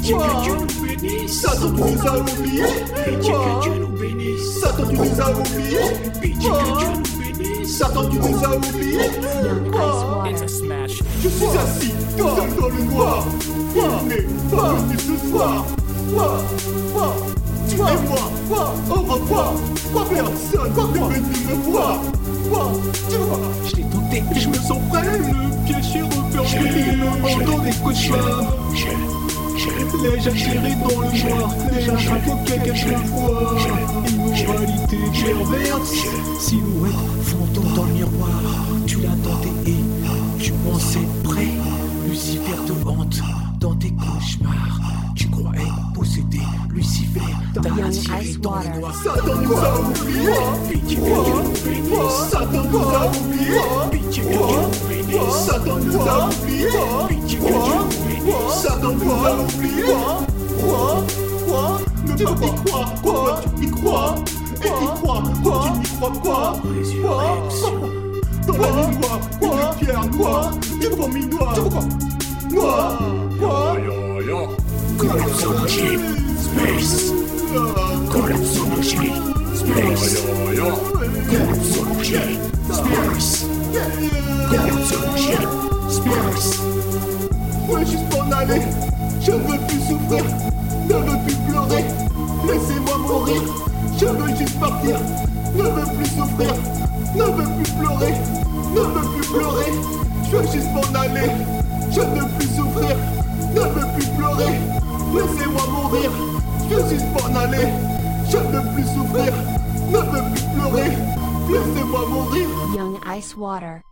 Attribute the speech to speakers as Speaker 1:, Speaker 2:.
Speaker 1: nous bénisse.
Speaker 2: Satan, tu nous as oubliés.
Speaker 1: Pitié que
Speaker 2: Ah.
Speaker 1: Dieu nous bénisse.
Speaker 2: Satan, tu nous as oubliés.
Speaker 1: Pitié que
Speaker 2: Ah.
Speaker 1: Dieu nous bénisse.
Speaker 2: Satan, tu nous as oubliés.
Speaker 3: Young Ice
Speaker 2: Ah.
Speaker 3: Water.
Speaker 2: Je suis assis, toi, dans le noir. Toi, mais pas venu ce soir. Toi, toi, toi et moi. Toi, au revoir. Toi, personne ne veut venir me voir. Toi, toi,
Speaker 1: Je l'ai douté.
Speaker 2: je me sens prêt. Le piège est refermé. Dans des cauchemars. L'ai-je attiré dans le noir Déjà un coquet cache le poids Immoralité perverse Silhouette, fantôme dans le miroir Tu l'attendais et tu pensais prêt Lucifer te hante dans tes cauchemars Tu croyais posséder Lucifer T'as
Speaker 3: Young
Speaker 1: attiré
Speaker 3: Ice
Speaker 1: dans le
Speaker 3: Water.
Speaker 1: noir
Speaker 2: Satan nous a oubliés
Speaker 1: Pitié que Dieu nous bénisse.
Speaker 2: Satan nous a oubliés
Speaker 1: Pitié que Dieu nous bénisse.
Speaker 2: Satan nous a oubliés
Speaker 1: Pitié que Dieu nous bénisse.
Speaker 2: Satan nous a oubliés Quoi Quoi Ne peux pas y croire Quoi Tu y crois Et y crois Quoi Tu y crois Quoi
Speaker 1: Résurrection.
Speaker 2: Quoi Dans la nuit noire Quoi Une pierre noire Du promis noir Noir Quoi
Speaker 1: Collapsology. Space. Collapsology. Space. Collapsology. Space. Collapsology. Space.
Speaker 2: Ouais, juste m'en aller. Je veux plus souffrir, ne veux plus pleurer. Laissez-moi mourir. Je veux juste partir, ne veux plus souffrir, ne veux plus pleurer, ne veux plus pleurer. Je veux juste m'en aller. Je ne veux plus souffrir, ne veux plus pleurer. Laissez-moi mourir. Je veux juste m'en aller. Je ne veux plus souffrir, ne veux plus pleurer. Laissez-moi mourir.
Speaker 3: Young Ice Water.